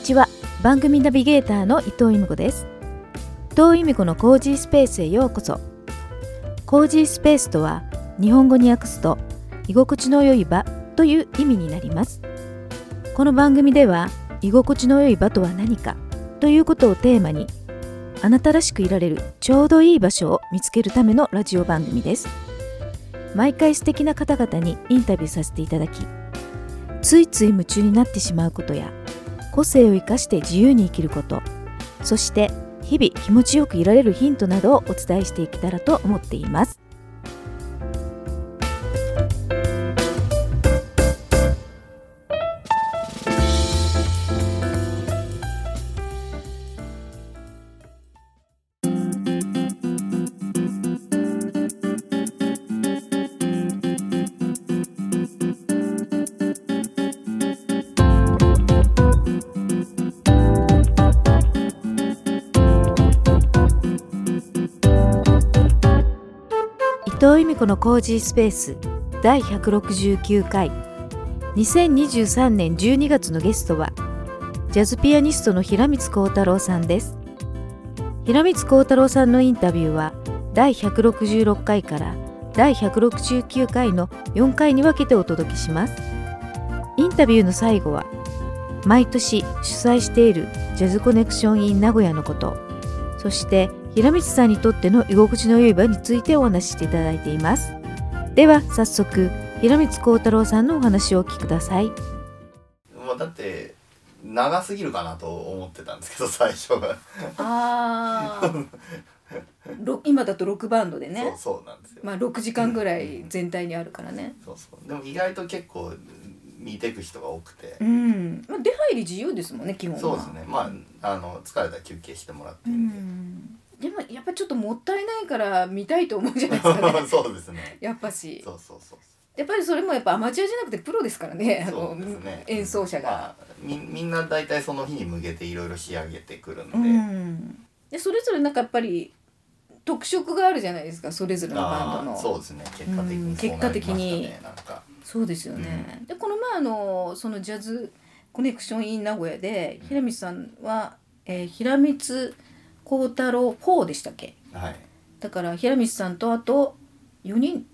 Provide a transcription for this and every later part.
ちは番組ナビゲーターの伊藤由美子です伊藤由美子のコージースペースへようこそコージースペースとは日本語に訳すと居心地の良い場という意味になりますこの番組では居心地の良い場とは何かということをテーマにあなたらしくいられるちょうどいい場所を見つけるためのラジオ番組です毎回素敵な方々にインタビューさせていただきついつい夢中になってしまうことや個性を生かして自由に生きることそして日々気持ちよくいられるヒントなどをお伝えしていけたらと思っています伊藤由美子のコージースペース第169回2023年12月のゲストはジャズピアニストの平光光太郎さんです平光光太郎さんのインタビューは第166回から第169回の4回に分けてお届けしますインタビューの最後は毎年主催しているジャズコネクション in 名古屋のことそして平光さんにとっての居心地の良い場についてお話ししていただいていますでは早速平光光太郎さんのお話をお聞きくださいまあ、だって長すぎるかなと思ってたんですけど最初が、あーろ今だと6バンドで ねそうそうなんですよ、まあ6時間ぐらい全体にあるからねそうそうでも意外と結構似てく人が多くてう、ん、まあ、出入り自由ですもんね基本はそうですねまああの疲れたら休憩してもらってういいんで、んでもやっぱちょっともったいないから見たいと思うじゃないですか ねそうですね やっぱしそうそうそうやっぱりそれもやっぱアマチュアじゃなくてプロですからねあそのうですね演奏者まが、あ、みみんな大体その日に向けていろいろ仕上げてくるので、うんでそれぞれなんかやっぱり特色があるじゃないですかそれぞれのバンドあのーそうですね結果的うにんそうなりました結ね果なんかそうですよね。でこの前あのそのジャズコネクション in 名古屋で平光さんは、えー平光幸太郎4でしたっけはいだから平光さんとあと4人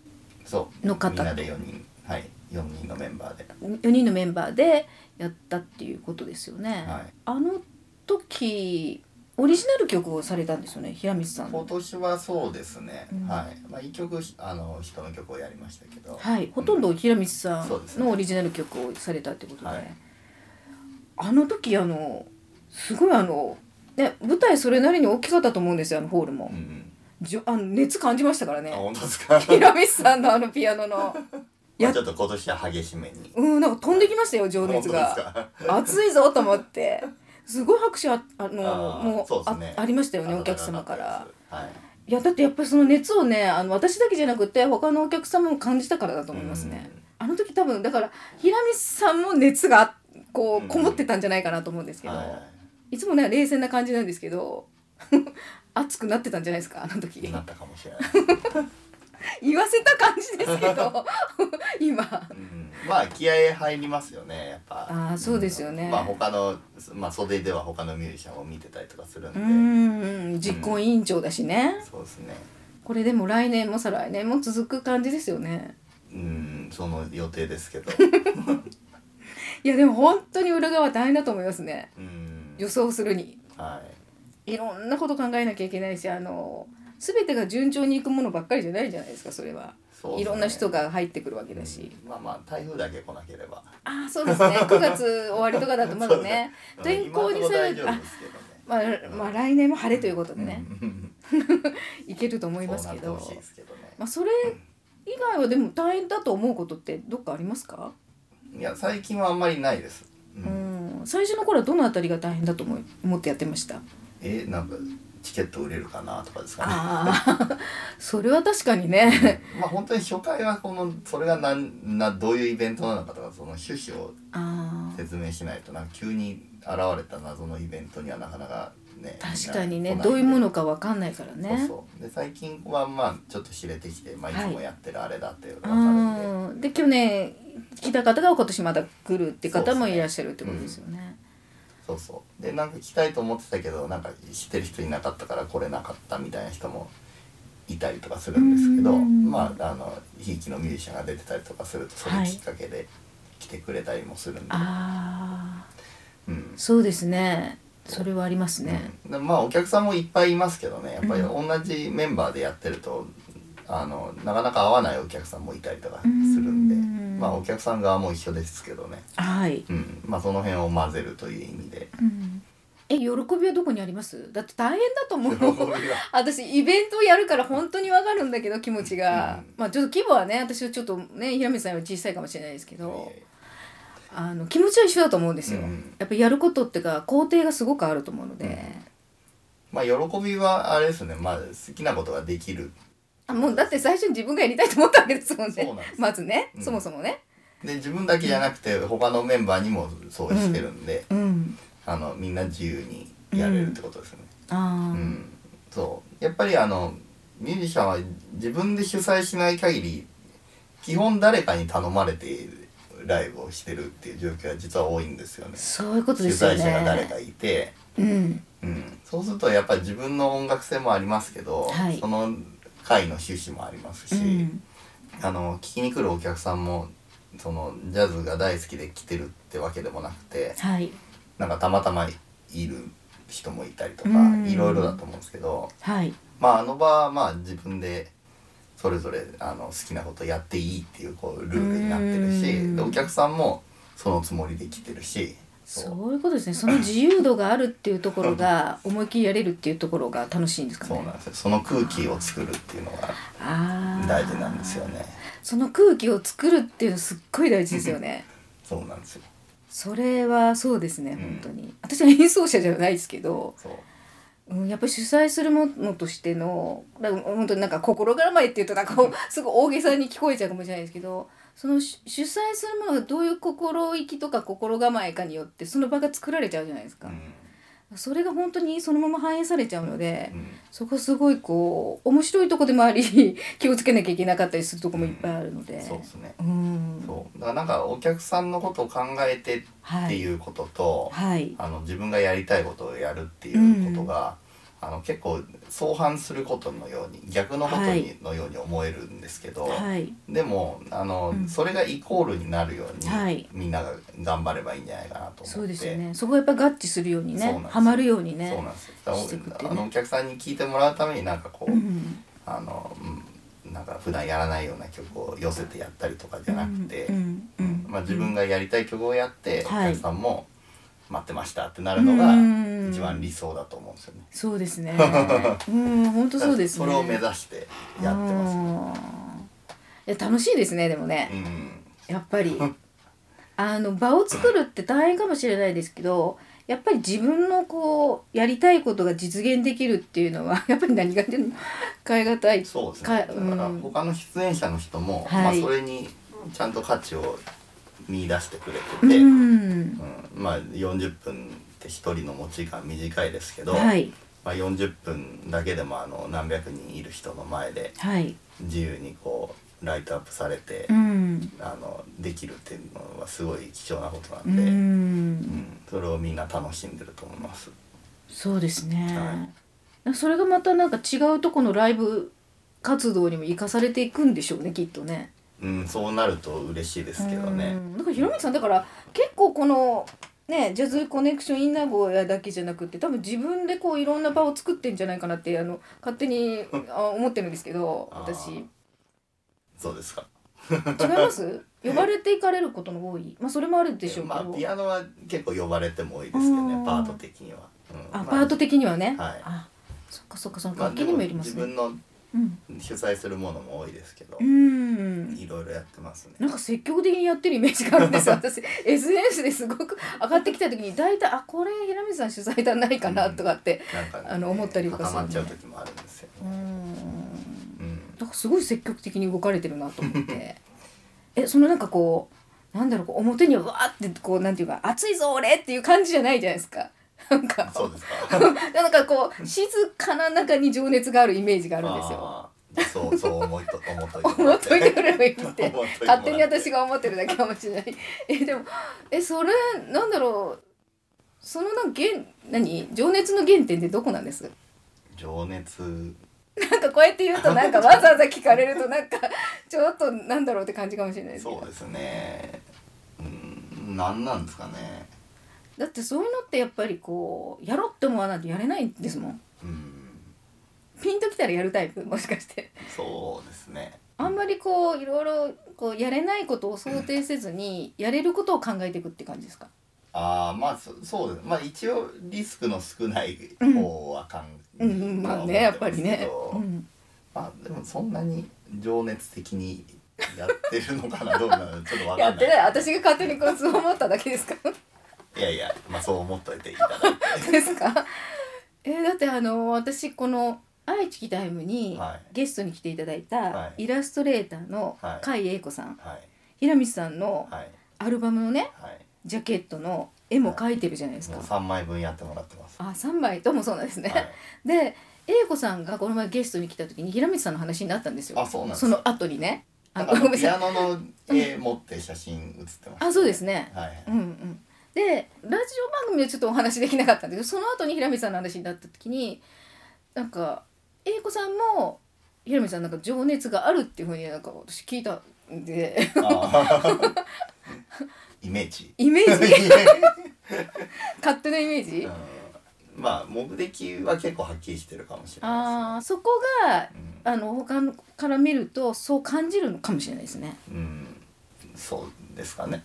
そうの方みんなで4人はい4人のメンバーで4人のメンバーでやったっていうことですよね。はいあの時オリジナル曲をされたんですよね平光さん今の。年はそうですね、うんはい、まあ、一曲あの人の曲をやりましたけど、はい、ほとんど平光さそうですんねのオリジナル曲をされたってことで、はいあの時あのすごいあの、ね、舞台それなりに大きかったと思うんですよあのホールもう、んじょあの熱感じましたからうん、あね本当ですか平光さんのあのピアノのやちょっと今年は激しめにうんなんか飛んできましたよ情本当で熱すがか熱いぞと思ってすごい拍手ああのあーもうそうですねあありましたよねお客様から。はいいやだってやっぱりその熱をねあの私だけじゃなくて他のお客様も感じたからだと思いますね、あの時多分だから平見さんも熱がこううんこもってたんじゃないかなと思うんですけど、、はいつもね冷静な感じなんですけど 熱くなってたんじゃないですかあの時いなったかもしれない、言わせた感じですけど今うん、まあ気合入りますよねやっぱあーそうですよねんまあ他のまあ袖では他のミュージシャンを見てたりとかするんうで、ーん実行委員長だしねそうですねこれでも来年も再来年も続く感じですよねうんその予定ですけどいやでも本当に裏側大変だと思いますねうん予想するに。はいいろんなこと考えなきゃいけないしあの全てが順調にいくものばっかりじゃないじゃないですかそれはそうですねいろんな人が入ってくるわけだし、まあまあ台風だけ来なければああそうです ね9月終わりとかだとまだねそうだね天候に今のさとこ大れ丈夫ですけどねまあ、まあ来年も晴れということでね、うんいけると思いまそうなすけってほどしいですけどねまあ、それ以外はでも大変だと思うことってどっかありますか、いや最近はあんまりないです、ううんん、最初の頃はどのあたりが大変だと思い思ってやってましたえなんかチケット売れるかなとかですかねああ それは確かにねまあ本当に初回はこのそれがなんなどういうイベントなのかとかその趣旨をああ説明しないとなんか急に現れた謎のイベントにはなかなかね確かにみねんな来どうないんでうものかわかんないからねそうそうで最近はまあちょっと知れてきて、まあ、いつもやってるあれだっていうのが分かるんで、うんで去年来た方が今年まだ来るって方もいらっしゃるってことですよね。そうそうでなんか来たいと思ってたけどなんか知ってる人いなかったから来れなかったみたいな人もいたりとかするんですけど、うんうんうんまああのひいきのミュージシャンが出てたりとかするとそれきっかけで来てくれたりもするんで、ああうんそうですねそれはありますね、うんでまあお客さんもいっぱいいますけどねやっぱり同じメンバーでやってると、あのなかなか合わないお客さんもいたりとかするんで、うんまあお客さん側も一緒ですけどね、はい、うん、まあその辺を混ぜるという意味 で。 え喜びはどこにありますだって大変だ と思喜びうが私イベントをやるから本当にわかるんだけど気持ちが、うんまあちょっと規模はね私はちょっとね平水さんより小さいかもしれないですけど、あの気持ちは一緒だと思うんですよ、うんやっぱやることってか工程がすごくあると思うので、まあ喜びはあれですね、まあ、好きなことができるあもうだって最初に自分がやりたいと思ったわけですもんねそうなんですまずね、うんそもそもねで自分だけじゃなくて他のメンバーにもそうしてるんで、うんあのみんな自由にやれるってことですね、あうあ、んそうやっぱりあのミュージシャンは自分で主催しない限り基本誰かに頼まれてライブをしてるっていう状況は実は多いんですよねそういうこと主ですよ催ね者が誰かいてうんうん、そうするとやっぱり自分の音楽性もありますけど、はいその会の趣旨もありますし、うんあの聞きに来るお客さんもそのジャズが大好きで来てるってわけでもなくてはいなんかたまたまいる人もいたりとかうんいろいろだと思うんですけど、はいまあ、あの場はまあ自分でそれぞれあの好きなことやっていいっていうこうルールになってるうしんでお客さんもそのつもりで来てるしそうそういうことですねその自由度があるっていうところが思いっきりやれるっていうところが楽しいんですかねそうなんですよその空気を作るっていうのがああ大事なんですよねその空気を作るっていうのすっごい大事ですよねそうなんですよそれはそうですねん本当に、私は演奏者じゃないですけど、そううん、やっぱり主催するものとしてのだから本当になんか心構えっていうとなんかこうすごい大げさに聞こえちゃうかもしれないですけどその主主催するものがどういう心意気とか心構えかによってその場が作られちゃうじゃないですか、それが本当にそのまま反映されちゃうので、うんそこすごいこう面白いとこでもあり 気をつけなきゃいけなかったりするとこもいっぱいあるので、うん、そうですねうんそうだからなんかお客さんのことを考えてっていうことと、はいあの自分がやりたいことをやるっていうことが、あの結構相反することのように逆のことに、はいのように思えるんですけど、はいでもあの、うんそれがイコールになるように、はいみんなが頑張ればいいんじゃないかなと思ってそうですよねそこがやっぱ合致するようにそうなんねですはまるようにねそうなんですよだからしていくってねあのお客さんに聞いてもらうためになんかこう、うんあのうんなんか普段やらないような曲を寄せてやったりとかじゃなくて、うんうんまあ、自分がやりたい曲をやって、はおい客さんも待ってましたってなるのがうん一番理想だと思うんですよね。そうです ねうん本当そうですねれを目指してやってますね。すいや楽しいですねでもねうん、やっ ぱりあの場を作るって大変かもしれないですけどやっぱり自分のこうやりたいことが実現できるっていうのは やっぱり何がでも変え難いそうですかね。だからうん他の出演者の人も、はいまあそれにちゃんと価値を見出してくれうてて、うんんまあ40分って一人の持ち時間短いですけど、はいまあ40分だけでもあの何百人いる人の前ではい自由にこうライトアップされて、うんあのできるっていうのはすごい貴重なことなうんで、うんんそれをみんな楽しんでると思います。そうですはね、それがまたなんか違うとこのライブ活動にも生かされていくんでしょうねきっとね。うん、そうなると嬉しいですけどね。うんなんかひろみつさんだから結構このねジャズコネクションインナーゴやだけじゃなくて多分自分でこういろんな場を作ってんじゃないかなってあの勝 手にあ思ってるんですけどあー 私違いそうですか。ます呼ばれていかれることの多いまあそれもあるでしょうけまあど、ピアノは結構呼ばれても多いですけどあーね、パート的には。うんあ、まパート的にはね、はいあそっかそっかそのまあ楽器にもよりますでもね、自分うんの主催するものも多いですけどう、んいろいろやってますね。なんか積極的にやってるイメージがある んです私 SNS ですごく上がってきた時に大体あこれ平水さん主催じゃないかなとかってなんかね、あの思ったりとか固するまんっでちゃう時もあるんですよ。うんうん。なんかすごい積極的に動かれてるなと思って えそのなんかこうなんだろうこう表にはわーってこうなんていうか「熱いぞ俺!」っていう感じじゃないじゃないですか なんかそうですか。なんかこう静かな中に情熱があるイメージがあるんですよ。あーそうそう思いと思っといても思らっといてくればいいって 思っといてもらって 勝手に私が思ってるだけかもしれないえでもえそれなんだろうそのなんか原何情熱の原点ってどこなんです情熱なんかこうやって言うとなんかわざわざ聞かれるとなんかちょっとなんだろうって感じかもしれないですけそうどですねうん何なんですかねだってそういうのってやっぱりこうやろうって思わないとやれないんですもんうんピンときたらやるタイプもしかしてそうですねあんまりこういろいろこうやれないことを想定せずにやれることを考えていくって感じですかああまあそそうですまあ一応リスクの少ない方はかん、うんうんまあねやっぱりね、うん、まあでもそんなに情熱的にやってるのかなどうなのちょっとわやかっんてないない私が勝手にこうそう思っただけですかいやいやまあそう思っといてい ただいてですかえーだってあの私この愛知キタイムにはいゲストに来ていただいはたいイラストレーターのはい甲斐英子さんはい平光さんのはいアルバムのねはいジャケットの絵も描いてるじゃないですもかう3枚分やってもらってます、あ3枚ともそうなんですね、はい、で英子さんがこの前ゲストに来た時に平光さんの話になったんですよあそうなんですその後にねなあんごかあめのんなピさアいノの絵持って写真写ってますあそうですねはいうんうんでラジオ番組はちょっとお話できなかったんだけどその後に平光さんの話になった時になんか英子さんも平光さんなんか情熱があるっていうふうになんか私聞いたんであーイメージイ メージ勝手なイメージ、うんまあ目的は結構はっきりしてるかもしれあなあいでそこがすね。あの他のから見るとそう感じるのかもしれないですねうん、うんそうですかね。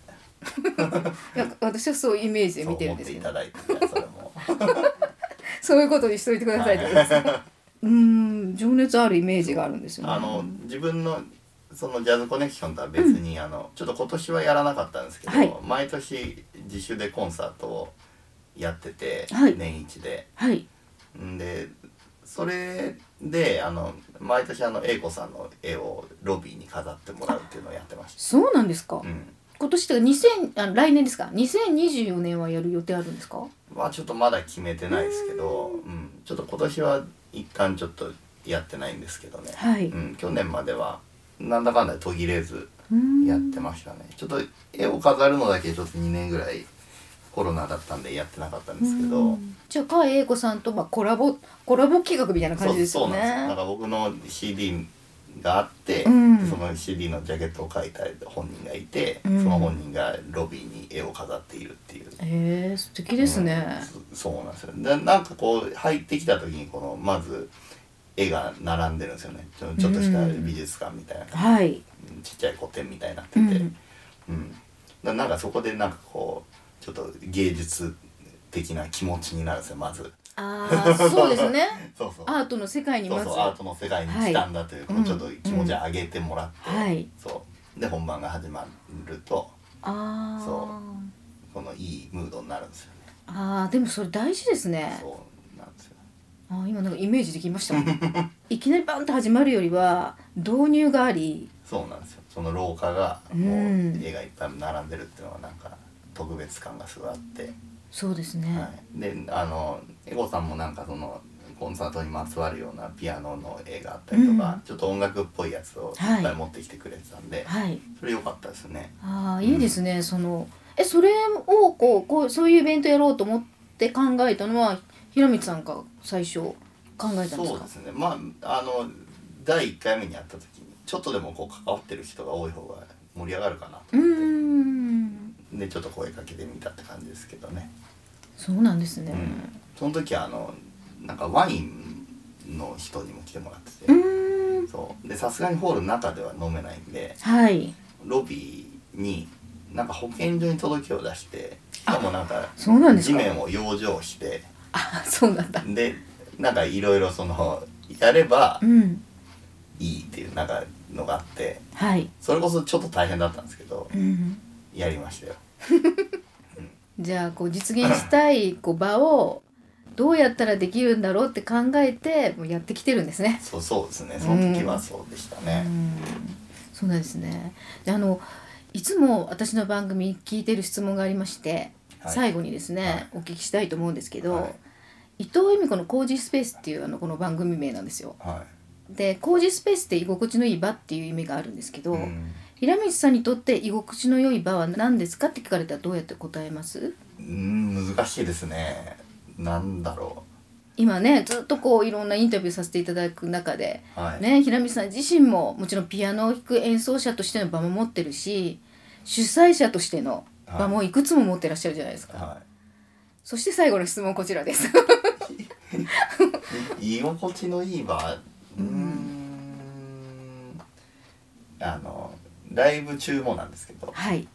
いや私はそういうイメージでそう見てる思んっですていけたどだいてね、それも。 そういうことにしといてくださいってことですかうーん情熱あるイメージがあるんですよねあの自分のそのジャズコネクションとは別に、あのちょっと今年はやらなかったんですけど、はい毎年自主でコンサートをやってて、はい年一で。はいんでそれであの毎年あの英子さんの絵をロビーに飾ってもらうっていうのをやってましそうなんですか、た。うん今年とか2000あ来年ですか2024年はやる予定あるんですかまあちょっとまだ決めてないですけど、うん、ちょっと今年は一旦ちょっとやってないんですけどね、はいうん、去年まではなんだかんだ途切れずうーんやってましたね、ちょっと絵を飾るのだけちょっと2年ぐらいコロナだったんでやってなかったんですけど、じゃあ川栄子さんとまあコラボコラボ企画みたいな感じですよそうそうなんですだねから僕の CD があって、うんその CD のジャケットを描いた本人がいて、うんその本人がロビーに絵を飾っているっていうへえ素敵ですね、うんそそうなんですよでなんかこう入ってきた時にこのまず絵が並んでるんですよねちょちょっとした美術館みたいな、はいちっちゃい古典みたいになってて、うんだなんかそこでなんかこうちょっと芸術的な気持ちになるんですよまずああそうですね そうそうアートの世界にそまうずそうアートの世界に来たんだという、はいこうちょっと気持ちを上げてもらって、はいそうで本番が始まるとあーそこのいいムードになるんですよねあーでもそれ大事ですねそうなんですよあー今なんかイメージできましたもん いきなりバンと始まるよりは導入がありそうなんですよその廊下がもううん絵がいっぱい並んでるっていうのはなんか特別感がすごいあって、そうですね、はい、であのエゴさんもなんかそのコンサートにまつわるようなピアノの絵があったりとか、うんちょっと音楽っぽいやつをいっぱい持ってきてくれてたんで、はいそれ良かったですね。ああいいですね、そのえそれをこうこうそういうイベントやろうと思って考えたのはひろみつさんが最初考えたんですそうかですねまああの第1回目に会った時にちょっとでもこう関わってる人が多い方が盛り上がるかなとうー思って、んでちょっと声かけてみたって感じですけどね。そうなんですねうんその時はあのなんかワインの人にも来てもらってうて、ーんそうでさすがにホールの中では飲めないんではいロビーになんか保健所に届けを出してしかもなんかそうなんです地か面を養生してあそうなんだでなんかいろいろそのやればうんいいっていうなんかのがあってはい、それこそちょっと大変だったんですけどうん、やりましたよ。じゃあこう実現したいこう場をどうやったらできるんだろうって考えてもうやってきてるんですねそうそうですねその時はそうでしたね。うんそうなんですね。であのいつも私の番組聞いてる質問がありまして、はい最後にですね、はいお聞きしたいと思うんですけど、はい伊藤由美子の工事スペースっていうあのこの番組名なんですよ。はで工事スペースって居心地のいい場っていう意味があるんですけいど、うんひ平道さんにとって居心地の良い場は何ですかって聞かれたらどうやって答えますうん難しいですねなんだろ今ねずっとこういろんなインタビューさせていただく中で、うはい、ね、平道さん自身ももちろんピアノを弾く演奏者としての場も持ってるし主催者としての場もいくつも持ってらっしゃるじゃないですか、はそして最後の質問こちらですい、居心地のいい場うーんあのライブ中もなんですけどはい、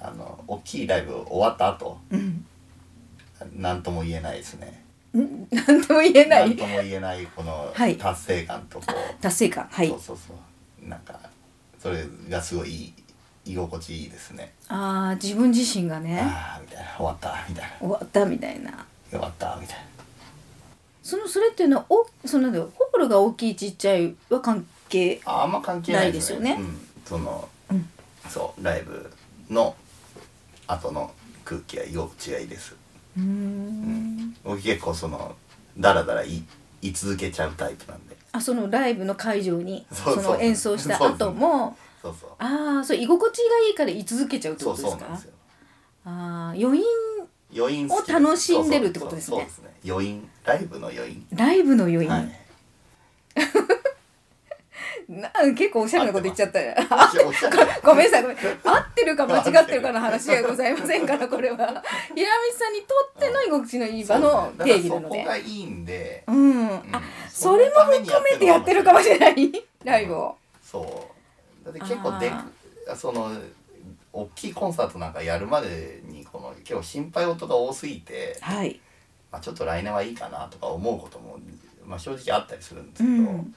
あの大きいライブ終わった後うん、何とも言えないですね何とも言えな何いとも言えないこのはい達成感とこう、達成感はいそうそうそうなんかそれがすごいいい居心地いいですねあー自分自身がねああみたいな終わったみたい終わったみたいななよかったみたいそのそれっていうのはおそのなんだろうホールが大きいちっちゃいは関係なああんま関係ないないですうよん、その、うんそうライブの後の空気は居心地がいいですうーん僕結構そのダラダラい居続けちゃうタイプなんであそのライブの会場にそうそそうの演奏した後もそうそうああそれ居心地がいいから居続けちゃうってそこうとでそすうなんかですよああ余韻余韻好きでをす楽しんでるってことですねそうそうそうそうですね余韻ライブの余韻ライブの余韻、はいな結構おしゃれなこと言っちゃったよおっしゃるごめんなさいごめん合ってるか間違ってるかの話がございませんからこれは平道さんにとっての居心地のいい場の定義そうですねだなのでからそこがいいんで、うんうんあそれも含めてやってるかもしれないライブをそうだって結構であくその大きいコンサートなんかやるまでにこの結構心配事が多すぎて、はいまあ、ちょっと来年はいいかなとか思うことも、まあ、正直あったりするんですうけど、ん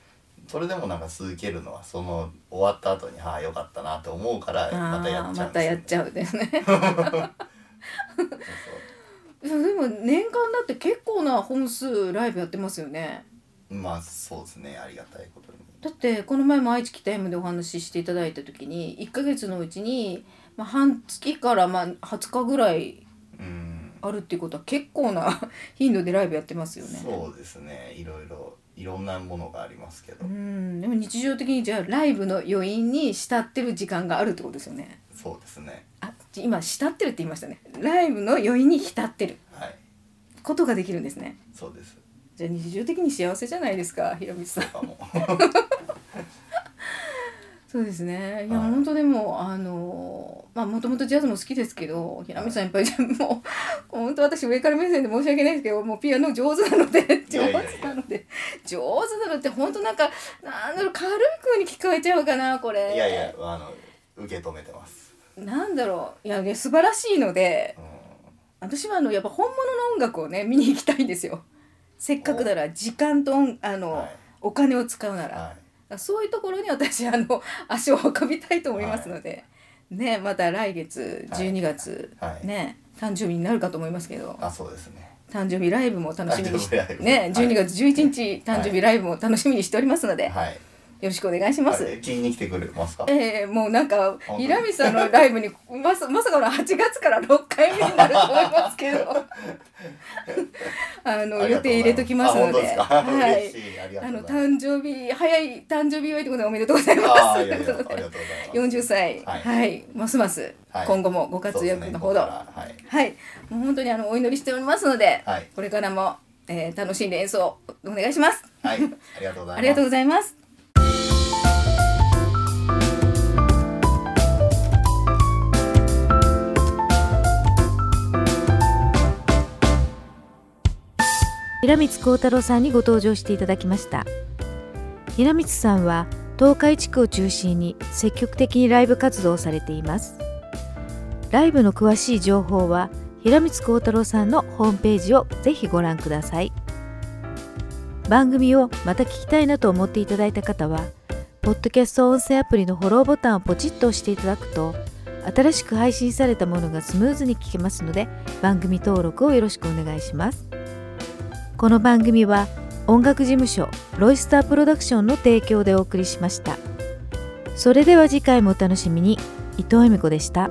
それでもなんか続けるのはその終わった後にはあよかったなって思うからまたやあっあちゃまうんたやっですちゃうですねよね でも年間だって結構な本数ライブやってますよねそうそうまあそうですねありがたいことにだってこの前も愛知北 M でお話ししていただいた時に1ヶ月のうちに、まあ、半月からまあ20日ぐらいうんあるっていうことは結構な 頻度でライブやってますよね。そうですねいろいろいろんなものがありますけど、うんでも日常的にじゃあライブの余韻に浸ってる時間があるってことですよね。そうですねあ今浸ってるって言いましたね。ライブの余韻に浸ってるはいことができるんですね。そうですじゃあ日常的に幸せじゃないですか、ひろみつさん。とかもそうですね。いや、はい本当でもあのまあもともとジャズも好きですけど、平見さんやっぱりじゃあもう本当私上から目線で申し訳ないですけど、もうピアノ上手なので上い手やいやなので上手なのって本当なんかなんだろう軽い風に聞こえちゃうかなこれ。いやいやあの受け止めてます、なんだろういやいや素晴らしいので、う私はあのやっぱ本物の音楽をね見に行きたいんですよ。せっかくなら時間と音あん、の、はいお金を使うなら。はそういうところに私あの 足を運びたいと思いますので、ねまた来月はい12月、いはい、ね誕生日になるかと思いますけどあそうですね誕生日ライブも楽しみにし誕生日ライブはねい12月11日誕生日ライブも楽しみにしておりますので、よはいろしくお願いします。あ聞きに来てくれますかええもうなんか当に平見さんのライブにまさまさかの8月から6回目になると思いますけど あのありがとうございます予定入れときますあので本当ですか、はい嬉しいありがとあうのございます誕生日早い誕生日祝いということでおめでとうございます。あーいやいやありがとうございます 40歳、は、はいいますますはい今後もご活躍のほど、そうですねここからはいはい、もう本当にあのお祈りしておりますので、はいこれからも、えー楽しんで演奏をお願いします。はいありがとうございますありがとうございます。平光幸太郎さんにご登場していただきました平光さんは東海地区を中心に積極的にライブ活動をされていますライブの詳しい情報は平光幸太郎さんのホームページをぜひご覧ください番組をまた聞きたいなと思っていただいた方はポッドキャスト音声アプリのフォローボタンをポチッと押していただくと新しく配信されたものがスムーズに聞けますので番組登録をよろしくお願いしますこの番組は音楽事務所ロイスタープロダクションの提供でお送りしましたそれでは次回もお楽しみに伊藤恵美子でした